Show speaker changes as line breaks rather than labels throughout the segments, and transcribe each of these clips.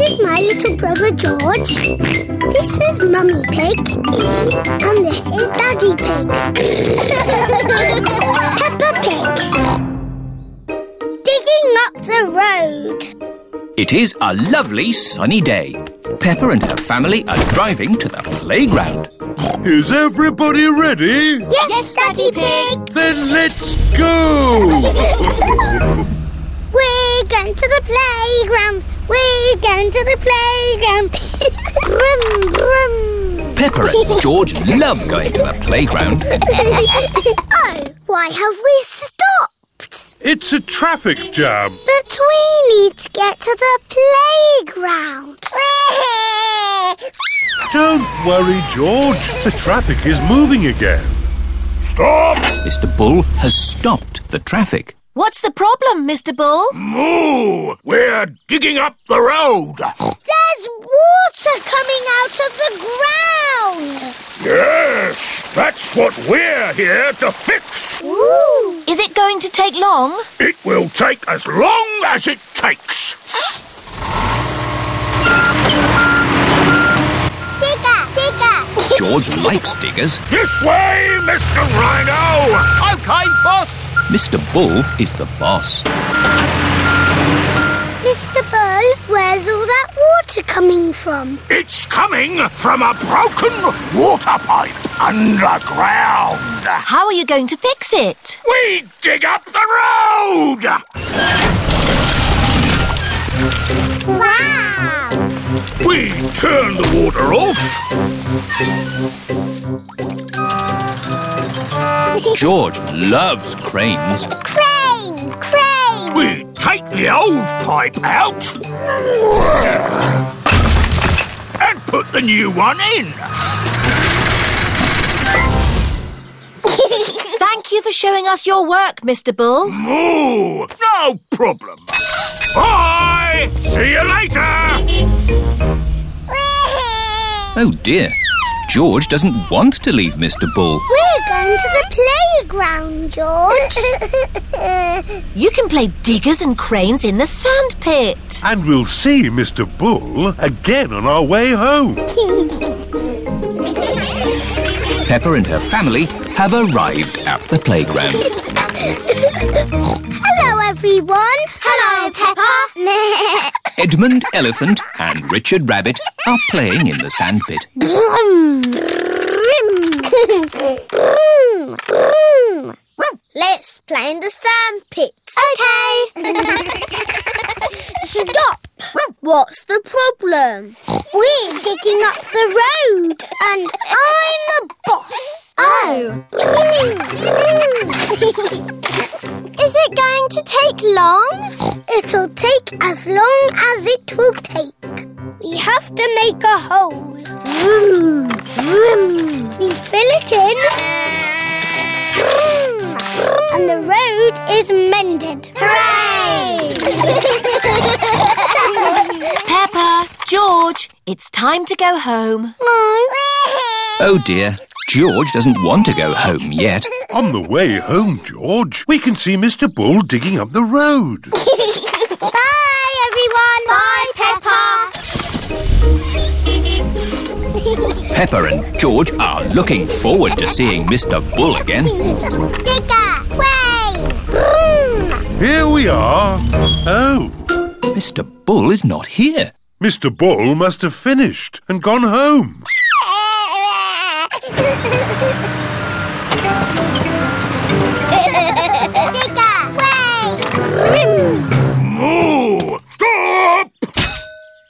little brother George. This is Mummy Pig. And this is Daddy Pig. Peppa Pig. Digging up the road.
It is a lovely sunny day. Peppa and her family are driving to the playground.
Is everybody ready?
Yes, yes Daddy, Daddy Pig.
Then let's go.
We're going to the playground. We're going to the playground. brum, brum.
Pepper and George love going to the playground.
oh, why have we stopped?
It's a traffic jam.
But we need to get to the playground.
Don't worry, George. The traffic is moving again.
Stop!
Mr. Bull has stopped the traffic.
What's the problem, Mr. Bull?
Moo! We're digging up the road.
There's water coming out of the ground.
Yes, that's what we're here to fix.
Ooh. Is it going to take long?
It will take as long as it takes.
digger, digger.
George likes diggers.
This way, Mr. Rhino.
Okay, boss.
Mr. Bull is the boss.
Mr. Bull, where's all that water coming from?
It's coming from a broken water pipe underground.
How are you going to fix it?
We dig up the road!
Wow!
We turn the water off.
George loves cranes.
Crane! Crane!
We take the old pipe out and put the new one in.
Thank you for showing us your work, Mr. Bull.
Moo! No problem. Bye! See you later!
Oh dear. George doesn't want to leave Mr. Bull.
We're going to the playground, George.
you can play diggers and cranes in the sandpit.
And we'll see Mr. Bull again on our way home.
Pepper and her family have arrived at the playground.
Hello, everyone. Hello, Pepper.
Edmund Elephant and Richard Rabbit are playing in the sandpit.
Brum, brum, brum, Let's play in the sandpit. Okay. Stop. What's the problem? We're digging up the road, and I'm the boss. Oh. Is it going to take long? It'll take as long as it will take. We have to make a hole. Vroom, vroom. We fill it in. Vroom, vroom. And the road is mended. Hooray!
Peppa, George, it's time to go home.
Oh,
oh dear. George doesn't want to go home yet.
On the way home, George, we can see Mr. Bull digging up the road.
Bye, everyone.
Bye, Peppa.
Peppa and George are looking forward to seeing Mr. Bull again.
Digger, way!
Here we are. Oh.
Mr. Bull is not here.
Mr. Bull must have finished and gone home.
Digger,
Moo! Stop!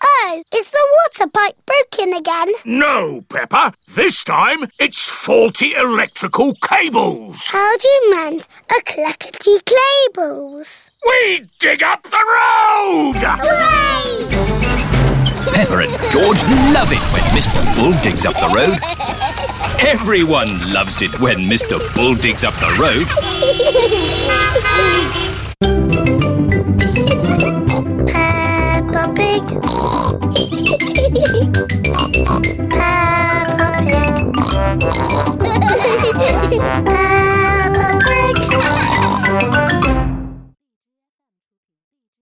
Oh, is the water pipe broken again?
No, Pepper. This time it's faulty electrical cables.
How do you mend a clackety cables?
We dig up the road!
Hooray!
Pepper and George love it when Mr. Bull digs up the road. Everyone loves it when Mr. Bull digs up the road.